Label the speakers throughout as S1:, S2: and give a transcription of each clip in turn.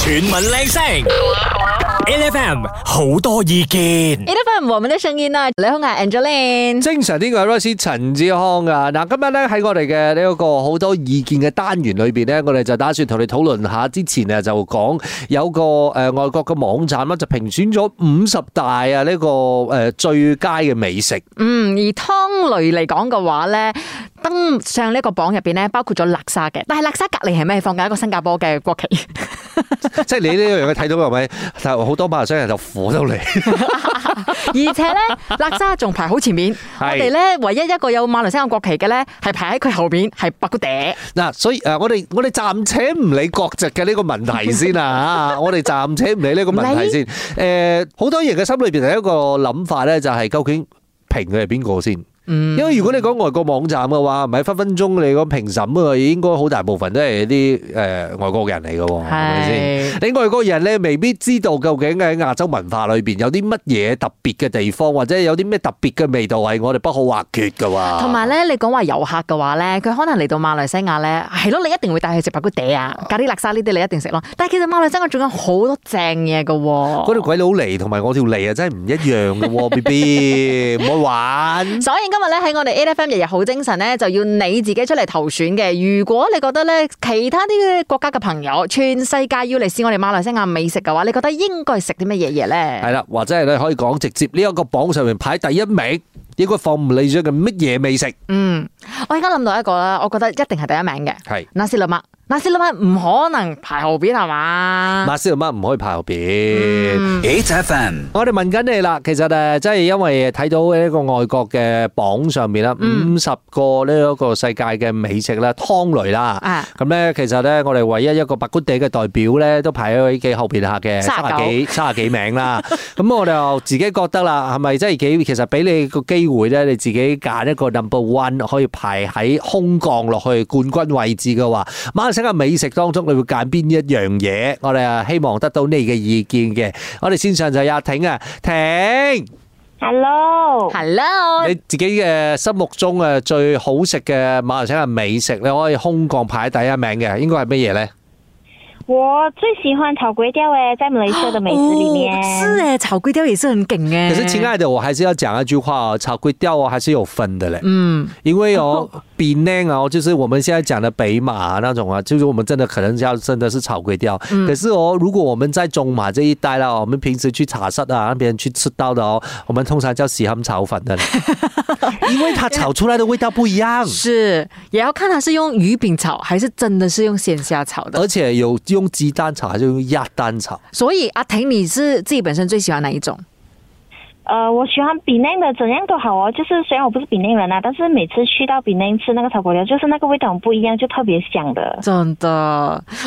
S1: 全民靚聲，LFM 好多意見。
S2: A. F. M. 我們的聲音啊，你好，我係 Angeline。
S3: 精神呢個係 Royce 陳志康噶，嗱今日咧喺我哋嘅呢一個好多意見嘅單元裏邊咧，我哋就打算同你討論下。之前啊就講有個誒外國嘅網站啦，就評選咗五十大啊呢個誒最佳嘅美食。
S2: 嗯，而湯類嚟講嘅話咧，登上呢個榜入邊咧，包括咗叻沙嘅，但係叻沙隔離係咩？放緊一個新加坡嘅國旗。
S3: 即係你呢樣嘢睇到係咪？但係好多馬來西亞人就火到你。
S2: 而且咧，辣沙仲排好前面，我
S3: 係
S2: 哋咧唯一一個有馬來西亞國旗嘅咧，係排喺佢後面，係白骨嗲。
S3: 嗱，所以誒，我哋我哋暫且唔理國籍嘅呢個問題先 啊，嚇我哋暫且唔理呢個問題先。誒、好多人嘅心裏邊係一個諗法咧，就係究竟評佢係邊個先？因為如果你講外國網站嘅話，唔係分分鐘你講評審啊，應該好大部分都係啲誒外國人嚟嘅喎，係咪先？
S2: 係
S3: 你外國人咧，未必知道究竟喺亞洲文化裏邊有啲乜嘢特別嘅地方，或者有啲咩特別嘅味道係我哋不可或缺嘅喎。
S2: 同埋咧，你講話遊客嘅話咧，佢可能嚟到馬來西亞咧，係咯，你一定會帶佢食白骨嗲啊、咖喱辣沙呢啲，你一定食咯。但係其實馬來西亞仲有好多正嘢嘅喎。
S3: 嗰條鬼佬脷同埋我條脷啊，真係唔一樣嘅 喎，B B，唔好玩。
S2: 所以今日咧喺我哋 A F M 日日好精神咧，就要你自己出嚟投選嘅。如果你覺得咧其他啲國家嘅朋友，全世界要嚟試我哋馬來西亞美食嘅話，你覺得應該食啲乜嘢嘢
S3: 係
S2: 咧？
S3: 啦，或者係你可以講直接呢一個榜上面排第一名，應該放唔理咗嘅乜嘢美食？
S2: 嗯，我而家諗到一個啦，我覺得一定係第一名嘅。
S3: 係
S2: 那斯魯麥，那斯魯麥嗯 唔可能啊排後邊係嘛？
S3: 馬斯龍乜唔可以排後邊？
S1: HFM
S3: 我哋問緊你啦，其實誒，即係因為睇到呢個外國嘅榜上面啦，五十個呢一個世界嘅美食啦，湯類啦
S2: 啊，
S3: 咁咧其實咧，我哋唯一一個白骨地嘅代表咧，都排喺幾後邊下嘅，
S2: 39
S3: 卅幾卅幾名啦。 咁我哋又自己覺得啦，係咪即係幾？其實俾你個機會咧，你自己揀一個 number one 可以排喺空降落去冠軍位置嘅話，馬來西亞美食當中，你會揀邊一樣嘢？我哋啊希望得到你嘅意見嘅。我哋線上就有阿婷啊，婷，
S4: Hello，
S2: Hello，
S3: 你自己嘅心目中誒最好食嘅馬來西亞美食，你可以空降排第一名嘅，應該係乜嘢呢？
S4: 我最喜欢炒粿条诶，在马来西亚的美食里面。
S2: 哦是诶，炒粿条也是很勁嘅。
S3: 可是親愛的，我還是要講一句話哦，炒粿條哦，還是有分的嘞。
S2: 嗯，
S3: 因为 哦，比那哦，就是我们现在讲的北马、那种啊，就是我们真的可能要真的是炒粿条。
S2: 嗯
S3: 可是哦，如果我们在中马这一带啦，我们平时去茶室啊那边去吃到的哦，我们通常叫喜ham 炒粉 的嘞，因为它炒出来的味道不一样。
S2: 是，也要看它是用鱼饼炒，还是真的是用鲜虾炒的。
S3: 而且有用鸡蛋炒还是用鸭蛋炒？
S2: 所以阿婷，你是自己本身最喜歡哪一種？
S4: 呃，我喜欢 Penang 的，怎样都好哦。就是虽然我不是 Penang 人啊，但是每次去到 Penang 吃那个炒粿条，就是那个味道很不一样，就特别香的。
S2: 真的，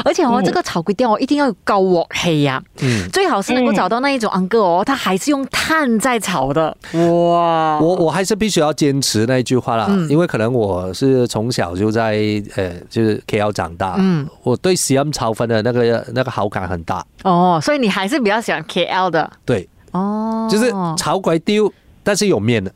S2: 而且哦，
S4: 嗯
S2: 这个炒粿条哦，一定要有高镬气呀、
S3: 嗯，
S2: 最好是能够
S4: 嗯
S2: 找到那一种 uncle 哦，他还是用炭在炒的。哇
S3: 我我还是必须要坚持那一句话啦，
S2: 嗯
S3: 因为可能我是从小就在呃就是 KL 长大，
S2: 嗯
S3: 我对喜ham 炒粉的那个那个好感很大。
S2: 哦，所以你还是比较喜欢 KL 的
S3: 对，
S2: 哦，
S3: 就是炒鬼丢，但是 有面的，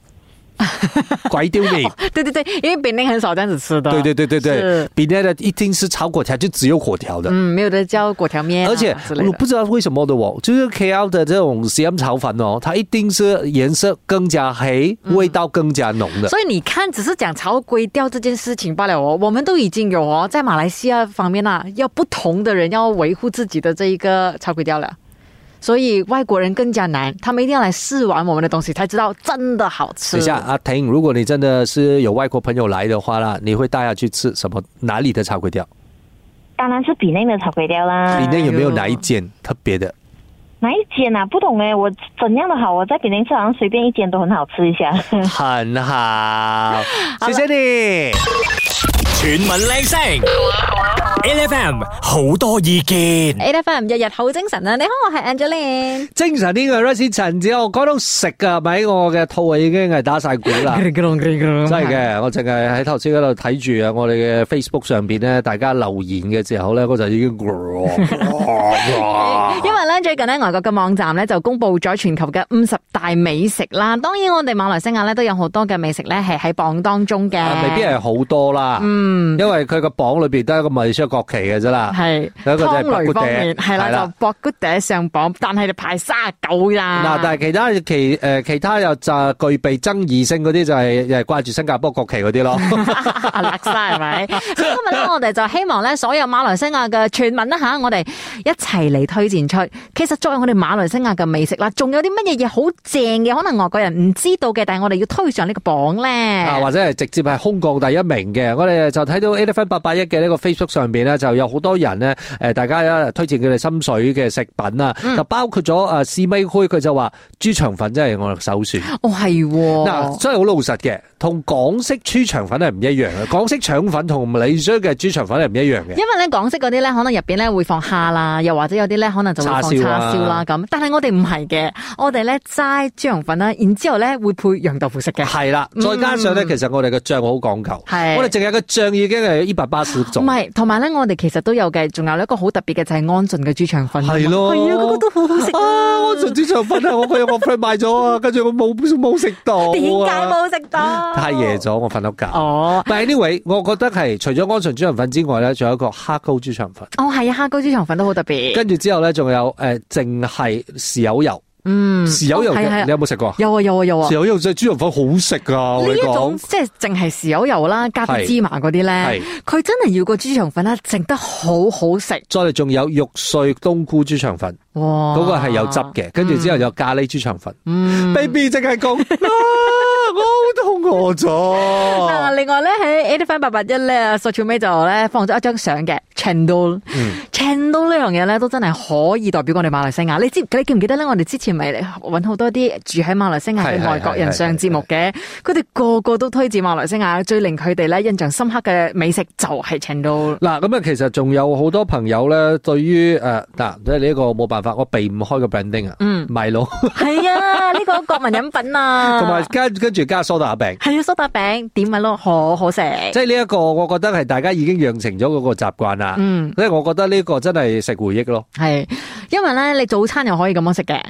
S3: 鬼丢面。
S2: 对对对，因为北宁很少这样子吃的。
S3: 对对对对对
S2: 是，
S3: 比那的一定是炒粿条，就只有粿条的。
S2: 嗯，没有的叫粿条面啊、
S3: 而且
S2: 之类
S3: 我
S2: 的
S3: 不知道为什么的哦，就是 K L 的这种咸炒粉哦，它一定是颜色更加黑，
S2: 嗯
S3: 味道更加浓的。
S2: 所以你看，只是讲炒粿条这件事情罢了哦。我们都已经有哦，在马来西亚方面啊，要不同的人要维护自己的这一个炒粿条了。所以外国人更加难，他们一定要来试完我们的东西，才知道真的好吃。
S3: 等一下，阿婷，如果你真的是有外国朋友来的话啦，你会带他去吃什么？哪里的炒粿条？
S4: 当然是 Penang 的炒粿条啦。
S3: 里面有没有哪
S2: 哎
S3: 一
S2: 呦
S3: 间特别的？
S4: 哪一间啊？不懂诶，我怎样都好，我在 Penang 吃好像随便一间都很好吃一下。
S3: 很 好，谢谢你。
S1: 全民靚聲，LFM 好多意見。
S2: A F M 日日好精神啊！你好，我係 Angeline。
S3: 精神啲嘅 Rice 陳子，我講到食啊，咪我嘅肚啊已經係打晒鼓 啦。 真係嘅，我淨係喺頭先嗰度睇住啊，我哋嘅 Facebook 上邊咧，大家留言嘅時候咧，我就 已經
S2: 因為咧最近咧外國嘅網站咧就公布咗全球嘅五十大美食啦，當然我哋馬來西亞咧都有好多嘅美食咧係喺榜當中嘅，
S3: 啊啊未必係好多啦。嗯，因為佢個榜裏邊都係一個咪先國旗嘅啫啦。
S2: 系
S3: 有一個就係
S2: 湯類方面係
S3: 白骨嗲係
S2: 啦，
S3: 啦
S2: 就博骨嗲上榜，但係就排卅九咋。
S3: 嗱， 但係 其他其誒其他又就具備爭議性嗰啲就係誒掛住新加坡國旗嗰啲咯。
S2: 垃圾係咪？ 所以今日咧，我哋就希望咧，所有馬來西亞嘅全民啦吓，我哋一齊嚟推薦出。其實作為我哋馬來西亞嘅美食啦，仲有啲乜嘢嘢好正嘅，可能外國人唔知道嘅，但係我哋要推上呢個榜咧。
S3: 啊，或者係直接係空降第一名嘅，我哋就睇到 A F N 八八一嘅呢個 Facebook 上邊咧，就有好多人咧，誒大家推薦佢哋心水嘅食品啊，就包括咗誒四米區，佢就話豬腸粉真係我嘅首選。
S2: 哦，係喎，
S3: 嗱，真係好老實嘅，同港式豬腸粉係唔一樣嘅，港式腸粉同理想嘅豬腸粉係唔一樣嘅
S2: 因。為咧港式嗰啲咧，可能入邊咧會放蝦啦，又或者有啲咧可能就會放
S3: 叉燒啊
S2: 叉燒啦咁。但係我哋唔係嘅，我哋咧齋豬蓉粉啦，然之後咧會配羊豆腐食嘅。
S3: 係啦，再加上咧，其實我哋嘅醬好講究，
S2: 嗯係啊
S3: 我哋淨係個醬已經係一百八十
S2: 唔
S3: 種。
S2: 係，同埋咧，我哋其實都有嘅，仲有一個好特別嘅就係安盡嘅豬腸粉。
S3: 係咯
S2: 係啊，嗰個都好好食
S3: 啊！ 我
S2: 啊！
S3: 上豬腸粉啊，我佢有個 friend 買咗啊，跟住我冇冇食到啊。
S2: 點解冇食到？
S3: 太夜。咗，我瞓咗覺。
S2: 哦，
S3: 但 anyway，我覺得係除咗安順豬腸粉之外咧，仲有一個蝦膏豬腸粉，
S2: 哦係啊，蝦膏豬腸粉都好特別。
S3: 跟住之後咧，仲有誒，淨係豉油油，
S2: 嗯，
S3: 豉油油
S2: 哦係啊係啊
S3: 你有冇食過啊？
S2: 有啊有啊有啊
S3: 豉。油油隻豬腸粉好食噶，我
S2: 呢
S3: 同你
S2: 一種
S3: 講
S2: 即係淨係豉油油啦，加啲
S3: 係
S2: 芝麻嗰啲咧
S3: 係，
S2: 佢真係要個豬腸粉咧，整得好好食。
S3: 再嚟仲有肉碎冬菇豬腸粉，
S2: 哇！
S3: 嗰個係有汁嘅，跟住之後
S2: 嗯
S3: 有咖喱豬腸粉。baby 即係 講啊，我好肚餓
S2: 啊！
S3: 咗。
S2: 另外咧喺 eight 八八一咧，索超尾就咧放咗一張相嘅 channel
S3: 嗯
S2: channel 呢樣嘢咧都真係可以代表我哋馬來西亞。你知你記唔記得咧？我哋之前咪揾好多啲住喺馬來西亞嘅外國人上節目嘅，佢哋個個都推薦馬來西亞，最令佢哋咧印象深刻嘅美食就係 channel。
S3: 嗱，咁啊，其實仲有好多朋友咧，對於誒嗱，即係呢個冇辦法，我避唔開個 branding 啊，
S2: 嗯
S3: 米佬。
S2: 係啊，呢個國民飲品啊，
S3: 同埋跟跟住加梳打餅，
S2: 係啊，蘇打餅點咪咯，好好食。
S3: 即係呢一個，我覺得係大家已經養成咗嗰個習慣啦。
S2: 嗯，
S3: 即係我覺得呢個真係食回憶咯。
S2: 係，因為咧你早餐又可以咁樣食嘅，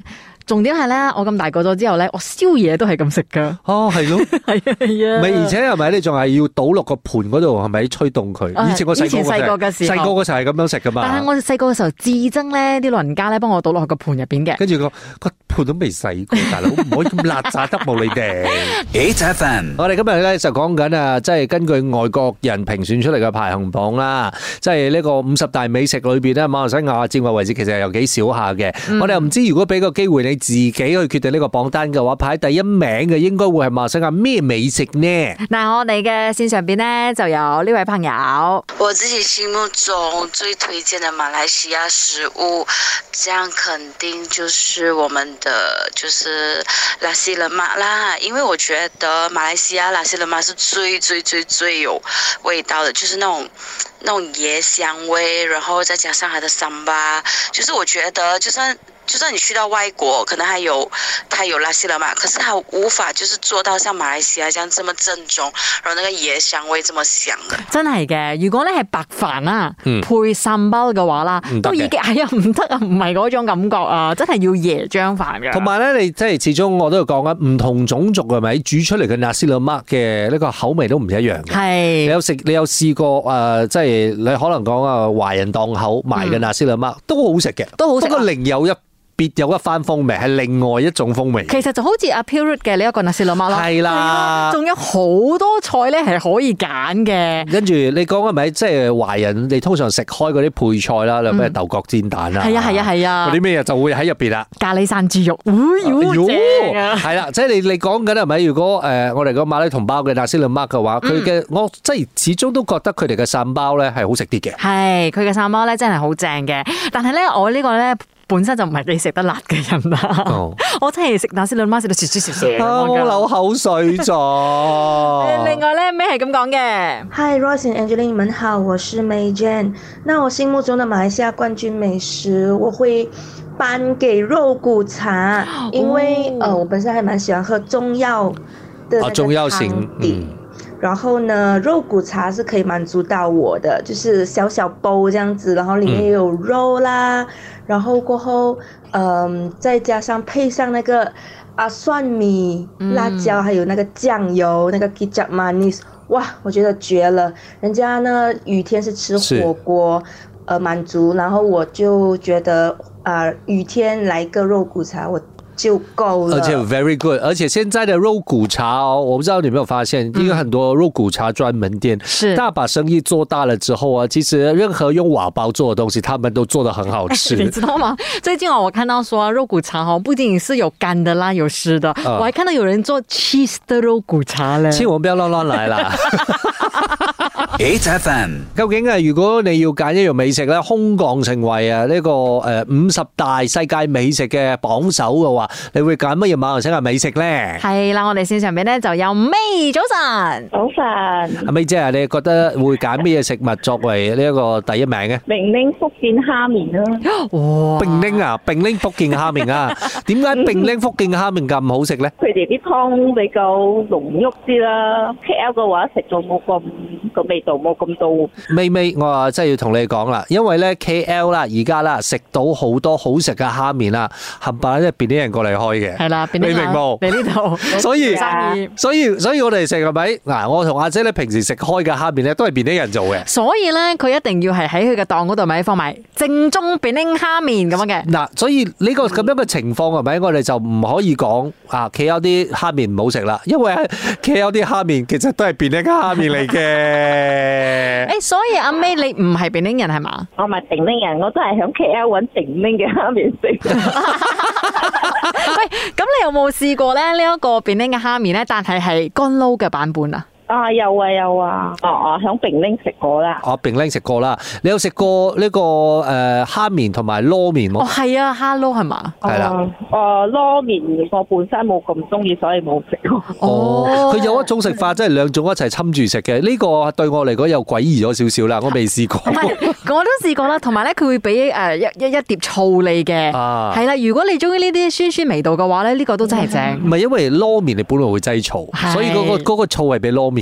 S2: 重點係咧我咁大個咗之後咧，我宵夜都係咁食 噶，
S3: 哦，係咯，
S2: 係啊
S3: 咪而且係咪你仲係要倒落個盤嗰度，係咪吹動佢？
S2: 啊
S3: 以前我細
S2: 以前細
S3: 個
S2: 個嘅時候
S3: 細個嗰時候係咁樣食噶
S2: 但係
S3: 嘛。
S2: 我細個嘅時候，至憎咧啲老人家咧幫我倒落去個盤入邊嘅。
S3: 跟住個個盤都未洗過，大佬唔可以咁辣炸得冇你哋。
S1: 8FM,
S3: 我哋今日咧就講緊啊，即係根據外國人評選出嚟嘅排行榜啦，即係呢個五十大美食裏邊咧，馬來西亞佔嘅位置其實有幾少下嘅。我哋又唔知如果俾個機會你自己去決定呢個榜單嘅話，排第一名嘅應該會係馬來西亞咩美食呢？
S2: 嗱，我哋嘅線上邊咧就有呢位朋友，
S5: 我自己心目中最推荐的马来西亚食物，这样肯定就是我们的就是拉西人马啦，因为我觉得马来西亚拉西人马是最最最最有味道的，就是那种那种椰香味，然后再加上它的三巴，就是我觉得就算。就算你去到外国，可能还有它有拉西人马，可是它无法就是做到像马来西亚这样这么正宗，然后那个椰香味这么香的。
S2: 真係嘅。如果咧係白飯啦，
S3: 嗯
S2: 配三包嘅話啦
S3: 唔，得
S2: 都
S3: 嘅
S2: 已經係啊唔得啊，唔係嗰種感覺啊，真係要椰漿飯嘅。
S3: 同埋咧，你即係始終我都要講啊，唔同種族係咪煮出嚟嘅納斯勒麥嘅呢個口味都唔一樣嘅。你
S2: 係
S3: 有食？你有試過誒、呃即係你可能講啊，華人檔口賣嘅納斯勒麥都好食嘅，
S2: 都好食啊
S3: 不過另有一別有一番風味，係另外一種風味。
S2: 其實就好似阿 Pure 嘅呢一個納斯魯麥啦，
S3: 係啦，
S2: 仲有好多菜咧係可以揀嘅。
S3: 跟住你講係咪即係華人？你通常食開嗰啲配菜啦，例如咩豆角煎蛋啊，
S2: 係啊係啊係啊
S3: 嗰啲咩啊嘢就會喺入邊啦。
S2: 咖喱山豬肉，哎呦正啊！
S3: 係啦，即係你你講緊係咪？如果誒、呃我哋講馬拉同胞嘅納斯勒麥嘅話，佢嘅、我即係始終都覺得佢哋嘅散包咧係好食啲嘅。
S2: 係佢嘅三包咧真係好正嘅，但係咧我呢個咧本身就唔係幾食得辣嘅人啦，
S3: 哦
S2: 我真係食那斯兩媽食到雪雪雪雪咁
S3: 啊！我
S2: 樣㗎
S3: 流口水 咗。
S2: 誒另外咧咩係咁講嘅？
S6: 嗨 r o s e and Angeline，你们好，我是 May Jane。那我心目中的马来西亚冠军美食，我会颁给肉骨茶，因为、
S2: 哦
S6: 呃，我本身还蛮喜欢喝中药的那
S3: 啊，
S6: 个
S3: 中药型
S6: 汤，底
S3: 嗯，
S6: 然后呢，肉骨茶是可以满足到我的，就是小小包这样子，然后里面
S3: 嗯
S6: 也有肉啦，然后过后，嗯、再加上配上那个啊蒜米、辣椒，还有那个酱油，那个 k i c a p manis，哇，我觉得绝了。人家呢，雨天是吃
S3: 是
S6: 火锅，呃，满足，然后我就觉得啊、雨天来个肉骨茶我就够了。
S3: 而且 very good，而且现在的肉骨茶哦，我不知道你有没有发现，因为很多肉骨茶专门店，
S2: 是
S3: 大把生意做大了之后啊，其实任何用瓦煲做的东西，他们都做得很好
S2: 你
S3: 吃。
S2: 知道吗？最近哦，我看到说肉骨茶哦，不仅仅是有干的啦，有湿的，
S3: 啊
S2: 我还看到有人做 cheese 的肉骨茶嘞。
S3: 千万不要乱乱来啦！
S1: ，H F M
S3: 究竟啊，如果你要揀一樣美食咧，空降成為啊呢個誒五十大世界美食嘅榜首嘅話，你會揀乜嘢馬來西亞美食咧？
S2: 系啦，我哋线上边咧就有 May 早晨，
S4: 早晨，
S3: 阿 May 姐啊，你覺得會揀乜嘢食物作為呢一個第一名嘅？
S4: 明明福建蝦面啦、
S2: 哇，
S3: 並拎啊，並拎福建蝦 麵啊，點解並拎福建蝦麵咁好食咧？
S4: 佢哋啲湯比較濃郁啲啦。KL 嘅話食到冇咁個味道冇咁到。
S3: 咪咪，我啊真係要同你講啦，因為咧 KL 啦，而家啦食到好多好食嘅蝦麵啦，冚唪唥都係邊啲人過嚟開嘅。
S2: 系啦，
S3: 你明冇
S2: 你呢度，
S3: 啊 所以
S2: 生意
S3: 所以所以我哋食係咪？嗱，我同阿姐咧平時食開嘅蝦面咧，都係便啲人做嘅。
S2: 所以咧佢一定要系喺佢嘅档嗰度咪放埋正宗扁拎虾面咁样 嘅。
S3: 嗱，所以呢個咁樣嘅情況係咪？我哋就唔可以講啊企 L 啲蝦面唔好食啦，因為企 L 啲蝦面其實都係便啲蝦面嚟 嘅。
S2: 诶，所以阿 May 你唔系扁拎人系 嘛？
S4: 我咪定拎人，我都係響 KL 揾定拎嘅蝦面食。
S2: 喂，咁你有冇试过咧呢一个扁拎嘅虾面咧？但系系干捞嘅版本啊？
S4: 啊，有啊有啊，哦哦，響定拎食過啦。
S3: 我並拎食過啦，你有食過呢、個誒、呃、蝦面同埋撈面
S2: 哦，
S3: 冇？
S2: 系啊，蝦撈係嘛？
S3: 係啦、
S4: 哦，撈麵我本身冇咁中意，所以冇食過。
S3: 哦，佢有一種食法，即係兩種一齊侵住食嘅，呢、個對我嚟講又詭異咗少少啦，我未試過。
S2: 唔係，我都試過啦，同埋咧佢會俾誒一一一碟醋你嘅，
S3: 啊
S2: 係啦。如果你中意呢啲酸酸味道嘅話咧，呢個都真係
S3: 唔
S2: 正。
S3: 係因為撈麵你本來會擠醋，
S2: 係
S3: 所以嗰、個嗰、個醋係俾撈麵嘅，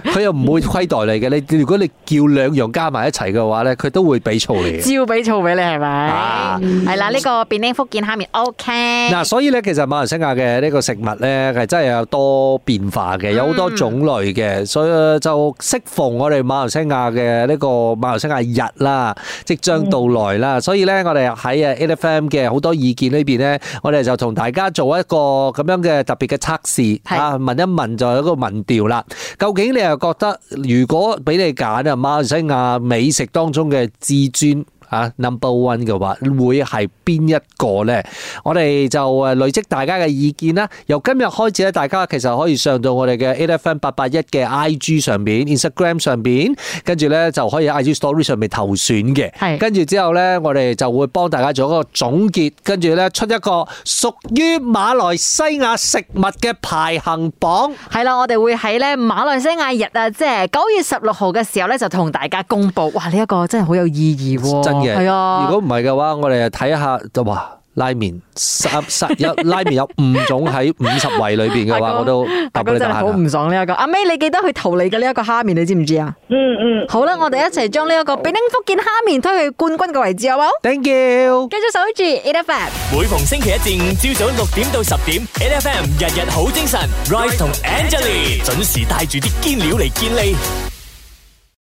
S3: 佢又唔會虧待你嘅。你如果你叫兩樣加埋一齊嘅話咧，佢都會俾醋你嘅。
S2: 照俾醋俾你係咪
S3: 啊？
S2: 係啦，呢個便利福建蝦面 OK。
S3: 嗱，所以咧，其實馬來西亞嘅呢個食物咧，係真係有多變化嘅，有好多種類嘅，所以就適逢我哋馬來西亞嘅呢個馬來西亞日啦，即將到來啦，所以咧，我哋喺誒 A F M 嘅好多意見呢邊咧，我哋就同大家做一個咁樣嘅特別嘅測試
S2: 係
S3: 啊，問一問就有一個民調啦。究竟你又覺得如果俾你揀啊，馬來西亞美食當中嘅至尊啊 number one 嘅話，會係邊一個呢？我哋就誒累積大家嘅意見啦。由今日開始咧，大家其實可以上到我哋嘅 A F M 八八一嘅 I G 上邊、Instagram 上邊，跟住呢就可以喺 I G Story 上面投選嘅。
S2: 係
S3: 跟住之後呢，我哋就會幫大家做一個總結，跟住呢出一個屬於馬來西亞食物嘅排行榜。
S2: 係啦，我哋會喺咧馬來西亞日啊，即係九月十六號嘅時候咧，就同大家公佈。哇，呢一個真係好有意義喎！
S3: 真嘅。
S2: 係啊。
S3: 如果唔係嘅話，我哋睇下就哇。拉麵 三三有拉麵有五種喺五十位裏邊嘅
S2: 阿
S3: 話，
S2: 哥
S3: 我都
S2: 阿
S3: 答
S2: 哥
S3: 俾你啊
S2: 真係
S3: 打
S2: 好
S3: 下。
S2: 唔爽呢一個。阿 May，你記得去逃離嘅呢一個蝦面，你知唔知啊？
S4: 嗯嗯，
S2: 好啦，我哋一齊將呢一個比丁福建蝦面推去冠軍嘅位置，好冇？
S3: Thank you。
S2: 繼續守住 e l e v e n
S1: 每逢星期一至五朝早六點到十點，N F M 日日好精神，Rise 同 Angelie 準時帶住啲堅料嚟健利。